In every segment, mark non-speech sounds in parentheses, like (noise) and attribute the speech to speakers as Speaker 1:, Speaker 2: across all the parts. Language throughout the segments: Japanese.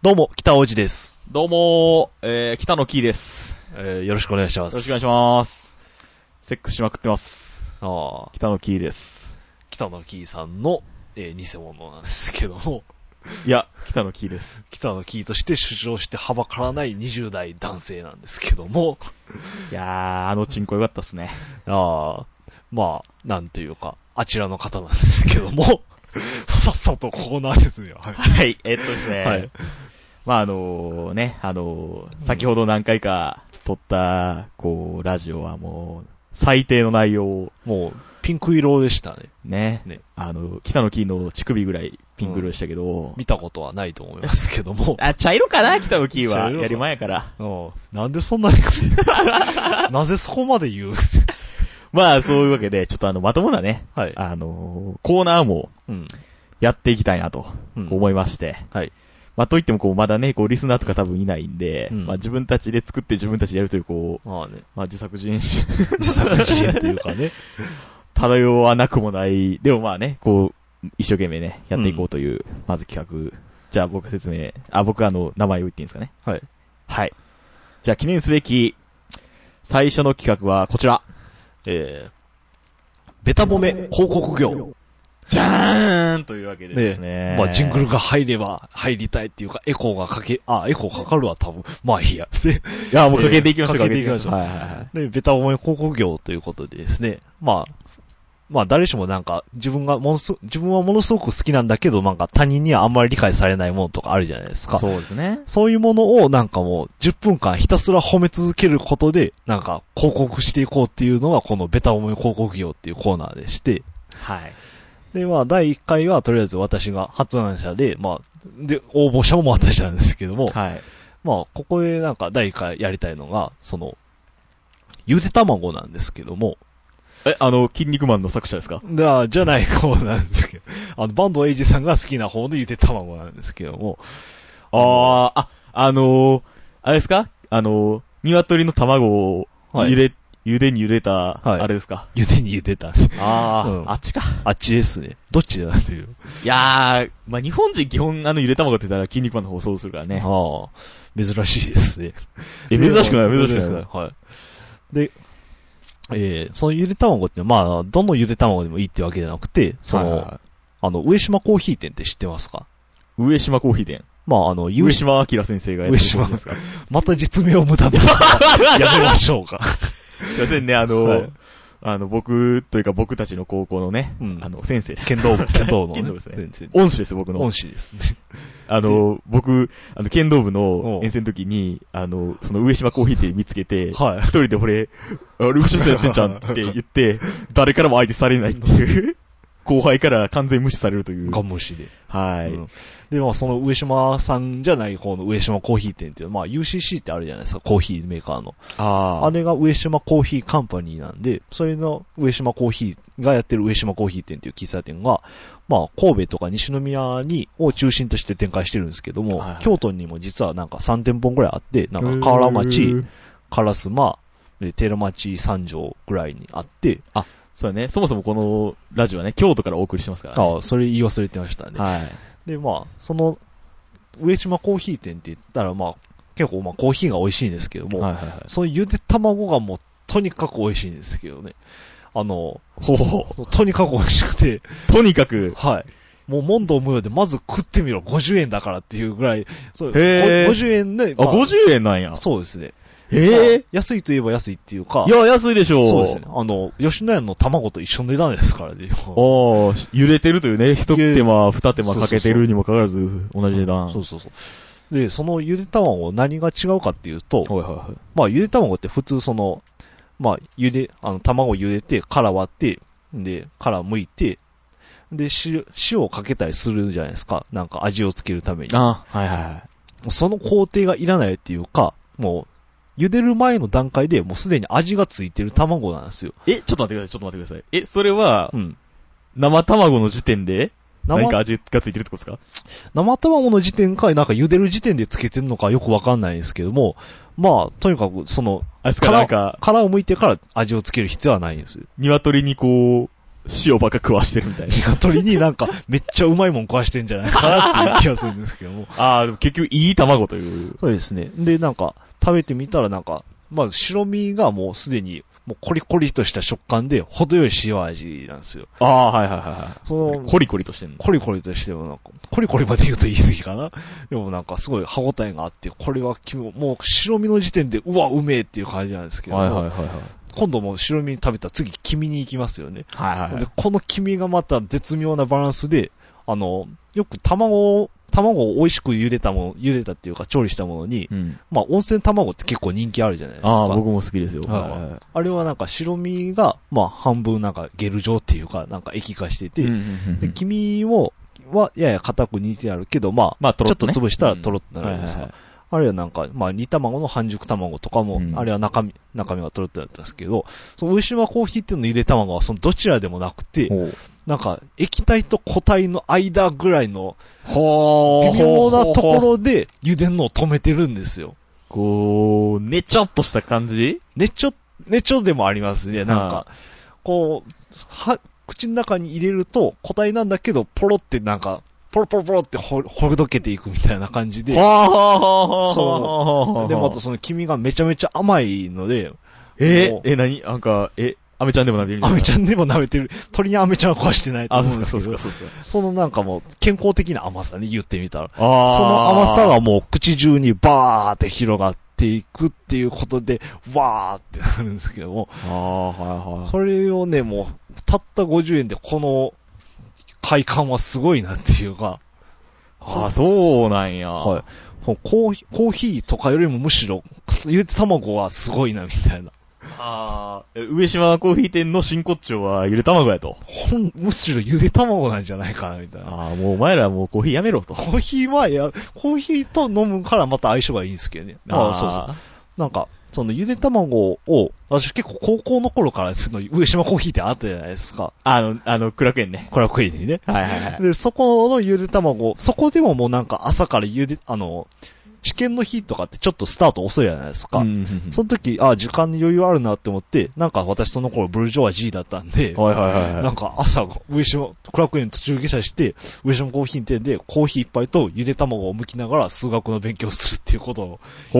Speaker 1: どうも、北王子です。
Speaker 2: どうもー、えー、北野キーです。
Speaker 1: えー、よろしくお願いしま
Speaker 2: よ
Speaker 1: す。
Speaker 2: ろしくお願い
Speaker 1: し
Speaker 2: します。セックスしまくってます。
Speaker 1: ます。ああ、
Speaker 2: 北野キーです。
Speaker 1: 北野キーさんの、えー、偽物なんですけども、 (laughs)
Speaker 2: いや、北野キーです。
Speaker 1: 北野キーとして主張してはばからない20代男性なんですけども、
Speaker 2: いやー、あのチンコよかったっすね。
Speaker 1: ああ、まあ、なんというか、あちらの方なんですけども、 (laughs) さっさとコーナー説明は。はい。
Speaker 3: はい、えっとですね。
Speaker 1: はい
Speaker 3: まあ、あのね、あのー先ほど何回か撮った、こう、ラジオはもう、最低の内容を、
Speaker 1: もう、ピンク色でしたね。
Speaker 3: ね、
Speaker 1: ね
Speaker 3: あの、北野キーの乳首ぐらいピンク色でしたけど、。
Speaker 1: 見たことはないと思いますけ
Speaker 2: (laughs)
Speaker 1: ども
Speaker 3: あ、茶色かな北野キー
Speaker 1: 茶
Speaker 3: は。
Speaker 1: 色
Speaker 3: やり前やから。
Speaker 1: うん。なんでそんなに、 (laughs) なぜそこまで言う (laughs)
Speaker 3: まあ、そういうわけで、ちょっとあの、まともなね、
Speaker 1: はい。
Speaker 3: あのーコーナーも
Speaker 1: うん。
Speaker 3: やっていきたいなと、
Speaker 1: うん
Speaker 3: 思いまして。
Speaker 1: はい。
Speaker 3: まあ、といってもこう、まだね、こう、リスナーとか多分いないんで、
Speaker 1: うん
Speaker 3: まあ、自分たちで作って自分たちでやるという、こう、
Speaker 1: まあね。
Speaker 3: まあ、自作自演し
Speaker 1: 自作自演というかね。
Speaker 3: (laughs) 漂わなくもない。でもまあね、こう、一生懸命ね、やっていこうという、まず企画。じゃあ僕説明、あ、僕あの、名前を言っていいんですかね。
Speaker 1: はい。
Speaker 3: はい。じゃあ記念すべき、最初の企画はこちら。
Speaker 1: えー、ベタ褒め広告業。
Speaker 3: じゃーんというわけでですね。
Speaker 1: まあ、ジングル。が入れば入りたいっていうか、エコーがかけ、あ、エコーかかるわ、多分。まあいいや。で、
Speaker 3: いや、もうかけていきましょう、
Speaker 1: かけていきましょう
Speaker 3: はいはいはい。
Speaker 1: でベタ褒め広告業ということでですね。まあ、まあ誰しもなんか、自分がものすご、自分はものすごく好きなんだけど、なんか他人にはあんまり理解されないものとかあるじゃないですか。
Speaker 3: そうですね。
Speaker 1: そういうものをなんかもう10分間ひたすら褒め続けることで、なんか広告していこうっていうのがこのベタ思い広告業っていうコーナーでして、
Speaker 3: はい。
Speaker 1: で、まあ第1回はとりあえず私が発案者で、まあ、で、応募者も私なんですけども、
Speaker 3: はい。
Speaker 1: まあここでなんか第1回やりたいのが、その、ゆで卵なんですけども、
Speaker 3: え、あの、筋肉マンの作者ですか
Speaker 1: じゃあ、じゃない方なんですけど、あの、バンドエイジさんが好きな方のゆで卵なんですけども、
Speaker 3: あー、あ、あのー、あれですかあのー、鶏の卵を、
Speaker 1: はい
Speaker 3: 茹で、茹でに茹でた、
Speaker 1: はい
Speaker 3: あれですか
Speaker 1: ゆでにゆでたんです。
Speaker 3: ああ、
Speaker 1: うん
Speaker 3: あっちか。
Speaker 1: あっちですね。どっちだっていう。
Speaker 3: いやー、まあ、日本人基本あのゆで卵って言ったら筋肉マンの方を想像するからね。
Speaker 1: ああ、珍しいですね。
Speaker 3: え、珍しくない、珍しくない。
Speaker 1: い。はい。で、えー、そのゆで卵って、まあ、どのゆで卵でもいいってわけじゃなくて、その、
Speaker 3: はいはいは
Speaker 1: あの、上島コーヒー店って知ってますか
Speaker 3: い上島コーヒー店。
Speaker 1: まあ、あの、有
Speaker 3: 上島明先生がやってるところですか。 (laughs)
Speaker 1: また実名を無駄ですやめましょうか。
Speaker 3: すいませんね、あの、
Speaker 1: はい
Speaker 3: あの、僕というか僕たちの高校のね、
Speaker 1: うん
Speaker 3: あの、先生で
Speaker 1: (laughs)
Speaker 3: す。
Speaker 1: 剣道部、剣道部の、
Speaker 3: 剣道部ですね
Speaker 1: 先生
Speaker 3: (laughs) 恩師です、僕の
Speaker 1: 恩。師ですね。
Speaker 3: あの、僕、あの、剣道部の
Speaker 1: うん
Speaker 3: 遠征の時に、あの、その上島コーヒー店見つけて、
Speaker 1: はい
Speaker 3: 一。人で俺、あれ、無視されてんじゃんって言って、誰からも相手されないっ
Speaker 1: (laughs)
Speaker 3: ていう、後輩から完全無視されるという。
Speaker 1: ガン無視で。
Speaker 3: はい。
Speaker 1: うんで、まあ、その上島さんじゃない方の上島コーヒー店っていう、まあ、UCC ってあるじゃないですか、コーヒーメーカーの。
Speaker 3: あ
Speaker 1: あれが上島コーヒーカンパニーなんで、それの上島コーヒーがやってる上島コーヒー店っていう喫茶店が、まあ、神戸とか西宮に、を中心として展開してるんですけども、
Speaker 3: はいはい
Speaker 1: 京都にも実はなんか3店舗ぐらいあって、なんか河原町、烏丸、で寺町三条ぐらいにあって、
Speaker 3: そうだね。そもそもこのラジオはね、京都からお送りしてますから、ね。
Speaker 1: ああ、それ言い忘れてましたね。
Speaker 3: はい。
Speaker 1: で、まあ、その、上島コーヒー店って言ったら、まあ、結構まあコーヒーが美味しいんですけども、
Speaker 3: はいはいはい。
Speaker 1: そのゆで卵がもうとにかく美味しいんですけどね。あの、
Speaker 3: ほうほ
Speaker 1: とにかく美味しくて、
Speaker 3: う。とにかく、
Speaker 1: はい。もう問答無用で、まず食ってみろ、50円だからっていうぐらい、そう、
Speaker 3: へー
Speaker 1: ご50円で、
Speaker 3: あ、
Speaker 1: まあ
Speaker 3: 50円なんや。
Speaker 1: そうですね。
Speaker 3: ええ
Speaker 1: まあ安いといえば安いっていうか、
Speaker 3: いや、安いでしょ
Speaker 1: そうですね。あの、吉野家の卵と一緒の値段ですからね。
Speaker 3: おー、揺れてるというね、一手間、二手間かけてるにもかかわらず、同じ値段。
Speaker 1: (laughs) そうそうそう。で、そのゆで卵何が違うかっていうと、
Speaker 3: はいはいはい。
Speaker 1: まあ、ゆで卵って普通その、まあ、ゆで、あの、卵をゆでて、殻割って、で、殻剥いて、で、塩、塩をかけたりするじゃないですか。なんか味をつけるために。も
Speaker 3: あはいはいはい。
Speaker 1: うその工程がいらないっていうか、もう、茹でる前の段階でもうすでに味がついてる卵なんですよ。
Speaker 3: え、ちょっと待ってください、ちょっと待ってください。え、それは、
Speaker 1: うん。
Speaker 3: 生卵の時点で、何か
Speaker 1: 生、
Speaker 3: 味がついてるってことですか
Speaker 1: 生卵の時点か、なんか茹でる時点でつけてるのかよくわかんないんですけども、まあ、とにかく、その、
Speaker 3: あれですか、
Speaker 1: 殻
Speaker 3: なんか、
Speaker 1: 殻を剥いてから味をつける必要はないんですよ。
Speaker 3: 鶏にこう、塩ばっか食わしてるみた
Speaker 1: (laughs)
Speaker 3: いな。
Speaker 1: 鶏になんか、めっちゃうまいもん食わしてんじゃないかなっていう気がするんですけども。
Speaker 3: ああ、でも結局いい卵という。
Speaker 1: (laughs) そうですね。で、なんか、食べてみたらなんか、まず白身がもうすでに、もうコリコリとした食感で、程よい塩味なんですよ。
Speaker 3: ああ、はいはいは
Speaker 1: その、
Speaker 3: コリコリとしてんの。
Speaker 1: コリコリとしてもなんか、コリコリまで言うと言い過ぎかな。でもなんかすごい歯応えがあって、これは君も、もう白身の時点で、うわ、うめえっていう感じなんですけども、
Speaker 3: はいはいはいはい。
Speaker 1: 今度もう白身食べたら次黄身に行きますよね。
Speaker 3: はいはいはい
Speaker 1: で、この黄身がまた絶妙なバランスで、あの、よく卵を、卵を美味しく茹でたもの、茹でたっていうか調理したものに、
Speaker 3: うん。
Speaker 1: まあ温泉卵って結構人気あるじゃないですか。
Speaker 3: ああ、僕も好きですよ。
Speaker 1: はい
Speaker 3: はいは
Speaker 1: あれはなんか白身が、まあ半分なんかゲル状っていうか、なんか液化して
Speaker 3: い
Speaker 1: て、
Speaker 3: うんうんうんう
Speaker 1: で、
Speaker 3: ん
Speaker 1: 黄身を、は、やや硬く煮てあるけど、まあ、
Speaker 3: まあ、と
Speaker 1: ちょ
Speaker 3: ろっ
Speaker 1: っと
Speaker 3: とね。
Speaker 1: 潰したら
Speaker 3: うん
Speaker 1: とろっとなるんですか、
Speaker 3: はいはい
Speaker 1: あるいはなんか、まあ、煮卵の半熟卵とかも、
Speaker 3: うん
Speaker 1: あれは中身、中身がとろっとだったんですけど、その、ウシマコーヒーっていうのゆで卵は、その、どちらでもなくて、
Speaker 3: はい
Speaker 1: なんか、液体と固体の間ぐらいの、
Speaker 3: ほ
Speaker 1: 微妙なとこ
Speaker 3: ろ。
Speaker 1: ろで、茹でんのを止めてるんですよ。
Speaker 3: こう、ねちょっとした感じ
Speaker 1: ねちょ、ねちょでもありますね、なんか。こう、は、口の中に入れると、固体なんだけど、ポロってなんか、ポロポロポロってほ、ほどけていくみたいな感じで、
Speaker 3: はあはあはあはあはあはあはあ
Speaker 1: で、またその黄身がめちゃめちゃ甘いので、
Speaker 3: え
Speaker 1: も、
Speaker 3: え、何なんか、え、アメちゃんでもなめるみたい
Speaker 1: ア
Speaker 3: な
Speaker 1: メちゃんでも舐めてる。鳥にアメちゃんは壊してないと
Speaker 3: あ、
Speaker 1: 思う
Speaker 3: そ
Speaker 1: ん
Speaker 3: う
Speaker 1: ですけど、
Speaker 3: そうそう
Speaker 1: そ
Speaker 3: そうそう。
Speaker 1: のなんかもう健康的な甘さに言ってみたら。
Speaker 3: あ
Speaker 1: その甘さがもう口中にバーって広がっていくっていうことで、わーってなるんですけども、
Speaker 3: ああ、はいはい。
Speaker 1: それをね、もう、たった50円でこの快感はすごいなっていうか、
Speaker 3: ああ、そうなんや。
Speaker 1: はい。もうコーヒーコーヒーとかよりもむしろ、ゆで卵はすごいなみたいな。
Speaker 3: ああ、え上島コーヒー店の真骨頂はゆで卵やと。
Speaker 1: ほん、むしろゆで卵なんじゃないかな、みたいな。
Speaker 3: ああ、もうお前らもうコーヒーやめろと。
Speaker 1: コーヒーはや、コーヒーと飲むからまた相性がいいんですけどね。ああ、そうそう。
Speaker 3: う。
Speaker 1: なんか、そのゆで卵を、私結構高校の頃からその上島コーヒーってあったじゃないですか。
Speaker 3: あの、あの、苦楽園ね。
Speaker 1: コラクエにね。
Speaker 3: はいはいはい。
Speaker 1: で、そこのゆで卵、そこでももうなんか朝からゆで、あの、試験の日とかってちょっとスタート遅いじゃないですか。
Speaker 3: うん
Speaker 1: その時、あ時間に余裕あるなって思って、なんか私その頃ブルジョワジーだったんで、
Speaker 3: はいはいはいはい。
Speaker 1: なんか朝、上島、クラック園途中下車して、上島コーヒー店でコーヒー一杯とゆで卵を剥きながら数学の勉強をするっていうことを、
Speaker 3: お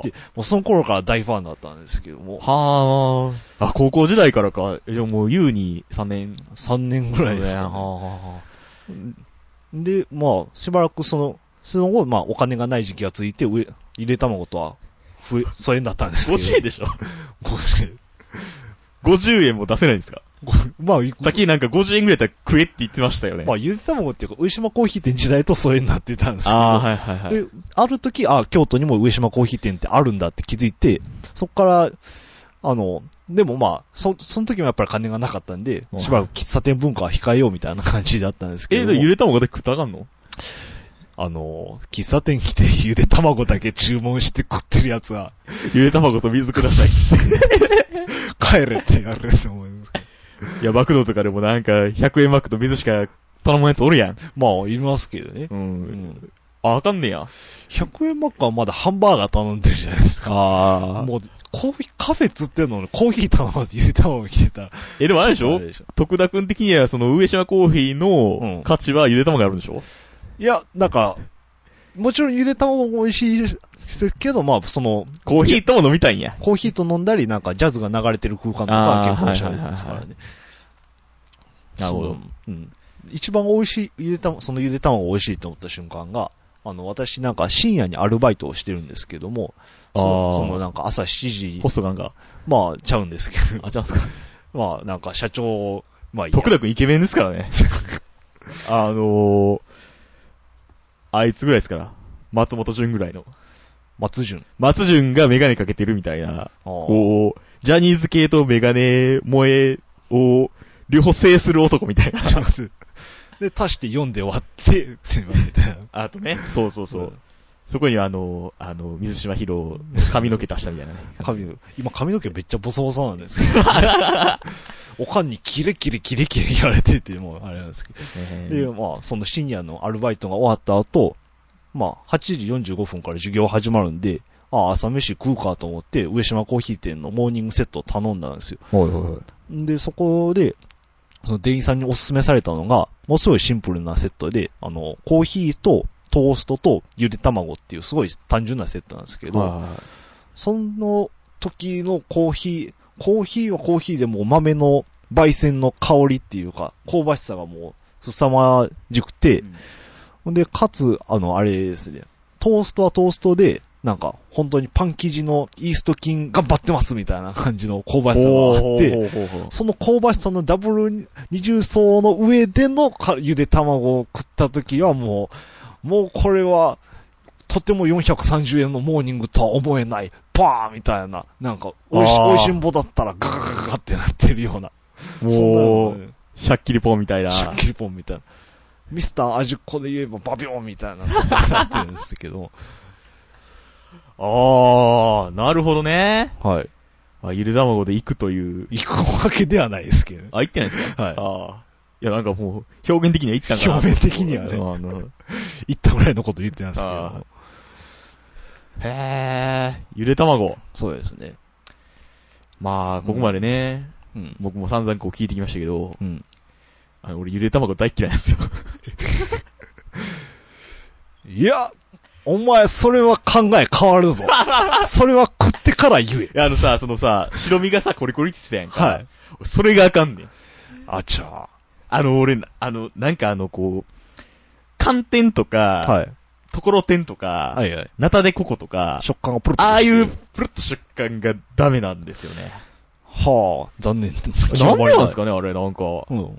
Speaker 3: ー
Speaker 1: でもうその頃から大ファンだったんですけども、
Speaker 3: はあ。あ、高校時代からか。えじゃあもう優に3年。
Speaker 1: 3年ぐらいです
Speaker 3: はあ
Speaker 1: か、ね。
Speaker 3: はあはあ
Speaker 1: で、まあ、しばらくその、その後、まあ、お金がない時期がついて、上ゆで卵とは、ふえ、疎遠だったんですけど。
Speaker 3: 50円でしょ
Speaker 1: 50円
Speaker 3: ?50 円も出せないんですか
Speaker 1: (laughs) まあ、い
Speaker 3: さっきなんか50円ぐらいだったら食えって言ってましたよね。
Speaker 1: まあ、ゆで卵っていうか、上島コーヒー店時代と疎遠になってたんですけど。
Speaker 3: ああ、はいはいはい。
Speaker 1: で、ある時、あ、京都にも上島コーヒー店ってあるんだって気づいて、そっから、あの、でもまあ、そ、その時もやっぱり金がなかったんで
Speaker 3: う、ん
Speaker 1: しばらく喫茶店文化は控えようみたいな感じだったんですけ
Speaker 3: え、
Speaker 1: ども、
Speaker 3: でゆで卵で食ったらあかんの
Speaker 1: あの、喫茶店来てゆで卵だけ注文して食ってるやつは、
Speaker 3: ゆで卵と水ください。
Speaker 1: 帰れって言われると思いますけど。
Speaker 3: (laughs) いや、マクドとかでもなんか、100円マックと水しか頼むやつおるやん。
Speaker 1: まあ、いますけどね。
Speaker 3: う。
Speaker 1: うんん。
Speaker 3: あ、あかんねや。
Speaker 1: 100円マックはまだハンバーガー頼んでるじゃないですか。
Speaker 3: あ
Speaker 1: もう、コーヒー、カフェつってんのにコーヒー頼まずゆで卵来てたら。
Speaker 3: え、でもあれでし
Speaker 1: ちょっ
Speaker 3: ょ
Speaker 1: とでしょ
Speaker 3: 徳田君的には、その、上島コーヒー
Speaker 1: う
Speaker 3: の
Speaker 1: ん
Speaker 3: 価値はゆで卵があるんでしょ
Speaker 1: いや、だから、もちろんゆで卵も美味しいですけど、まあ、その、
Speaker 3: コーヒーとも飲みたいんや。
Speaker 1: コーヒーと飲んだり、なんかジャズが流れてる空間とかは結構おしゃれですからね。
Speaker 3: あーはいはいはいはい
Speaker 1: そのうん。一番美味しい、ゆで卵、そのゆで卵が美味しいと思った瞬間が、あの、私なんか深夜にアルバイトをしてるんですけども、その
Speaker 3: あー
Speaker 1: そのなんか朝7時に
Speaker 3: ホ、ストガンが。
Speaker 1: まあ、ちゃうんですけど、
Speaker 3: あ、じゃあすか。
Speaker 1: まあ、なんか社長、まあいいや、
Speaker 3: (laughs) 徳田君イケメンですからね。あのー、あいつぐらいですから。松本潤ぐらいの。
Speaker 1: 松潤。
Speaker 3: 松潤がメガネかけてるみたいな。
Speaker 1: あー
Speaker 3: こう、ジャニーズ系とメガネ萌えを両制する男みたいな。
Speaker 1: (laughs) で、足して読んで割って、すいませんみたいな。
Speaker 3: あとね。そうそうそう。そこにあの、あの、水島ヒロ、髪の毛足したみたいなね。
Speaker 1: 髪の今髪の毛めっちゃボサボサなんですけど。おかんにキレキレキレキレやられてて、もうあれなんですけど。
Speaker 3: え
Speaker 1: で、
Speaker 3: ー
Speaker 1: まあ、その深夜のアルバイトが終わった後、まあ、8時45分から授業始まるんで、ああ、朝飯食うかと思って、上島コーヒー店のモーニングセットを頼んだんですよ。
Speaker 3: ほいほいほい。
Speaker 1: で、そこで、その店員さんにおすすめされたのが、ものすごいシンプルなセットで、あの、コーヒーとトーストとゆで卵っていうすごい単純なセットなんですけど、
Speaker 3: は
Speaker 1: その時のコーヒー、コーヒーはコーヒーでもう豆の焙煎の香りっていうか、香ばしさがもう凄まじくて、ん、で、かつ、あの、あれですね、トーストはトーストで、なんか、本当にパン生地のイースト菌頑張ってますみたいな感じの香ばしさがあって、
Speaker 3: ほうほうほう
Speaker 1: その香ばしさのダブル二重層の上でのかゆで卵を食った時はもう、もうこれは、とても430円のモーニングとは思えない、パーみたいな、なんか、おいし、
Speaker 3: あー
Speaker 1: おいしんぼだったらガガガガガってなってるような。そんな
Speaker 3: も
Speaker 1: の
Speaker 3: う、
Speaker 1: ね、
Speaker 3: シャッキリポンみたいな。
Speaker 1: シャッキリポンみたいな。ミスター味っ子で言えばバビョンみたいな感じになってるんですけど。
Speaker 3: ああ、なるほどね。
Speaker 1: はい。
Speaker 3: あ、ゆで卵で行くという。
Speaker 1: 行くわけではないですけどね。
Speaker 3: あ、行ってないですか
Speaker 1: はい。
Speaker 3: ああ。いや、なんかもう、表現的には行ったんかな。
Speaker 1: 表面的に
Speaker 3: (laughs)
Speaker 1: はね
Speaker 3: あの、
Speaker 1: 行ったぐらいのこと言ってないですけ
Speaker 3: あー
Speaker 1: ど。
Speaker 3: へえ、ゆで卵。
Speaker 1: そうですね。
Speaker 3: まあ、ここまでね、
Speaker 1: うん。
Speaker 3: 僕も散々こう聞いてきましたけど、
Speaker 1: うん。
Speaker 3: あの俺ゆで卵大っ嫌いなんですよ。
Speaker 1: いや、お前、それは考え変わ
Speaker 3: (laughs)
Speaker 1: るぞ。それは食ってから言え。
Speaker 3: いや、あのさ、そのさ、白身がさ、コリコリって言ってたやんか。
Speaker 1: はい。
Speaker 3: それがあかんねん。
Speaker 1: あちゃ
Speaker 3: あの、俺、あの、なんかあの、こう、寒天とか、
Speaker 1: ー。はい。
Speaker 3: ところてんとか、
Speaker 1: はいはい。
Speaker 3: ナタデココとか、
Speaker 1: 食感がプルプル
Speaker 3: ああ
Speaker 1: して
Speaker 3: い
Speaker 1: る
Speaker 3: う、プルッと食感がダメなんですよね。
Speaker 1: はあ、残念。
Speaker 3: なんでなんです
Speaker 1: か
Speaker 3: かね、あれ、なんか。
Speaker 1: うん。は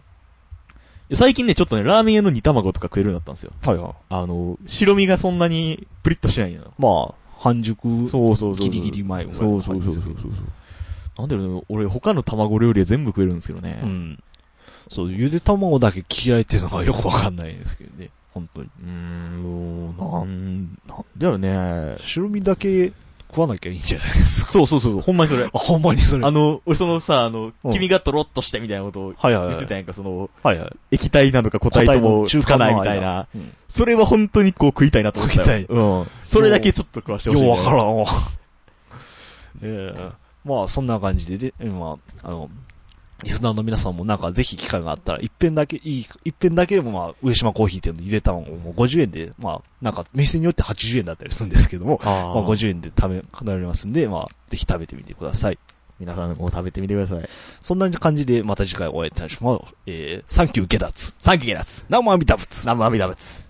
Speaker 3: 最近ね、ちょっとね、ラーメン屋の煮卵とか食えるようになったんですよ。
Speaker 1: いはい。
Speaker 3: あの、白身がそんなにプリッとしないのよ。
Speaker 1: まあ、半熟。
Speaker 3: そうそうそうそ
Speaker 1: ギ
Speaker 3: う。
Speaker 1: リギリ前ぐらい
Speaker 3: そ
Speaker 1: の
Speaker 3: うそうそうそう
Speaker 1: 感じ
Speaker 3: そう
Speaker 1: で
Speaker 3: なんだろうね、俺他の卵料理は全部食えるんですけどね。
Speaker 1: うん。そう、ゆで卵だけ嫌いっていうのがよくわかんないんですけどね。本当に。
Speaker 3: うーん、もうなん、なんだろうね。
Speaker 1: 白身だけ食わなきゃいいんじゃない (laughs) ですか。
Speaker 3: そうそうそう、ほんまにそれ。
Speaker 1: あ、ほんまにそれ。
Speaker 3: あの、俺そのさ、あの
Speaker 1: う、ん
Speaker 3: 君がとろっとしてみたいなことを
Speaker 1: はいはい
Speaker 3: 言
Speaker 1: は
Speaker 3: って
Speaker 1: い
Speaker 3: た。やんか、その、
Speaker 1: はいはい。
Speaker 3: 液体なのか固体ともつかないみたいな。それは本当にこう食いたいなと思ったよ。
Speaker 1: 食いた
Speaker 3: うん。それだけちょっと食わしてほしい、
Speaker 1: ようわからん (laughs) わ。ええまあ、そんな感じで、で、まあ、あの、リスナーの皆さんもなんかぜひ機会があったら、一遍だけ、いい、一遍だけでもまあ、上島コーヒー店のゆで卵をもう50円で、まあ、なんか店によって80円だったりするんですけども、
Speaker 3: あー
Speaker 1: まあ50円で食べ、食べられますんで、まあ、ぜひ食べてみてください。
Speaker 3: 皆さんも食べてみてください。
Speaker 1: そんな感じで、また次回お会いいたしましょう。えー、サンキュー下脱。
Speaker 3: サンキューゲラス。
Speaker 1: 生阿弥陀仏。
Speaker 3: ナムアミダブツ。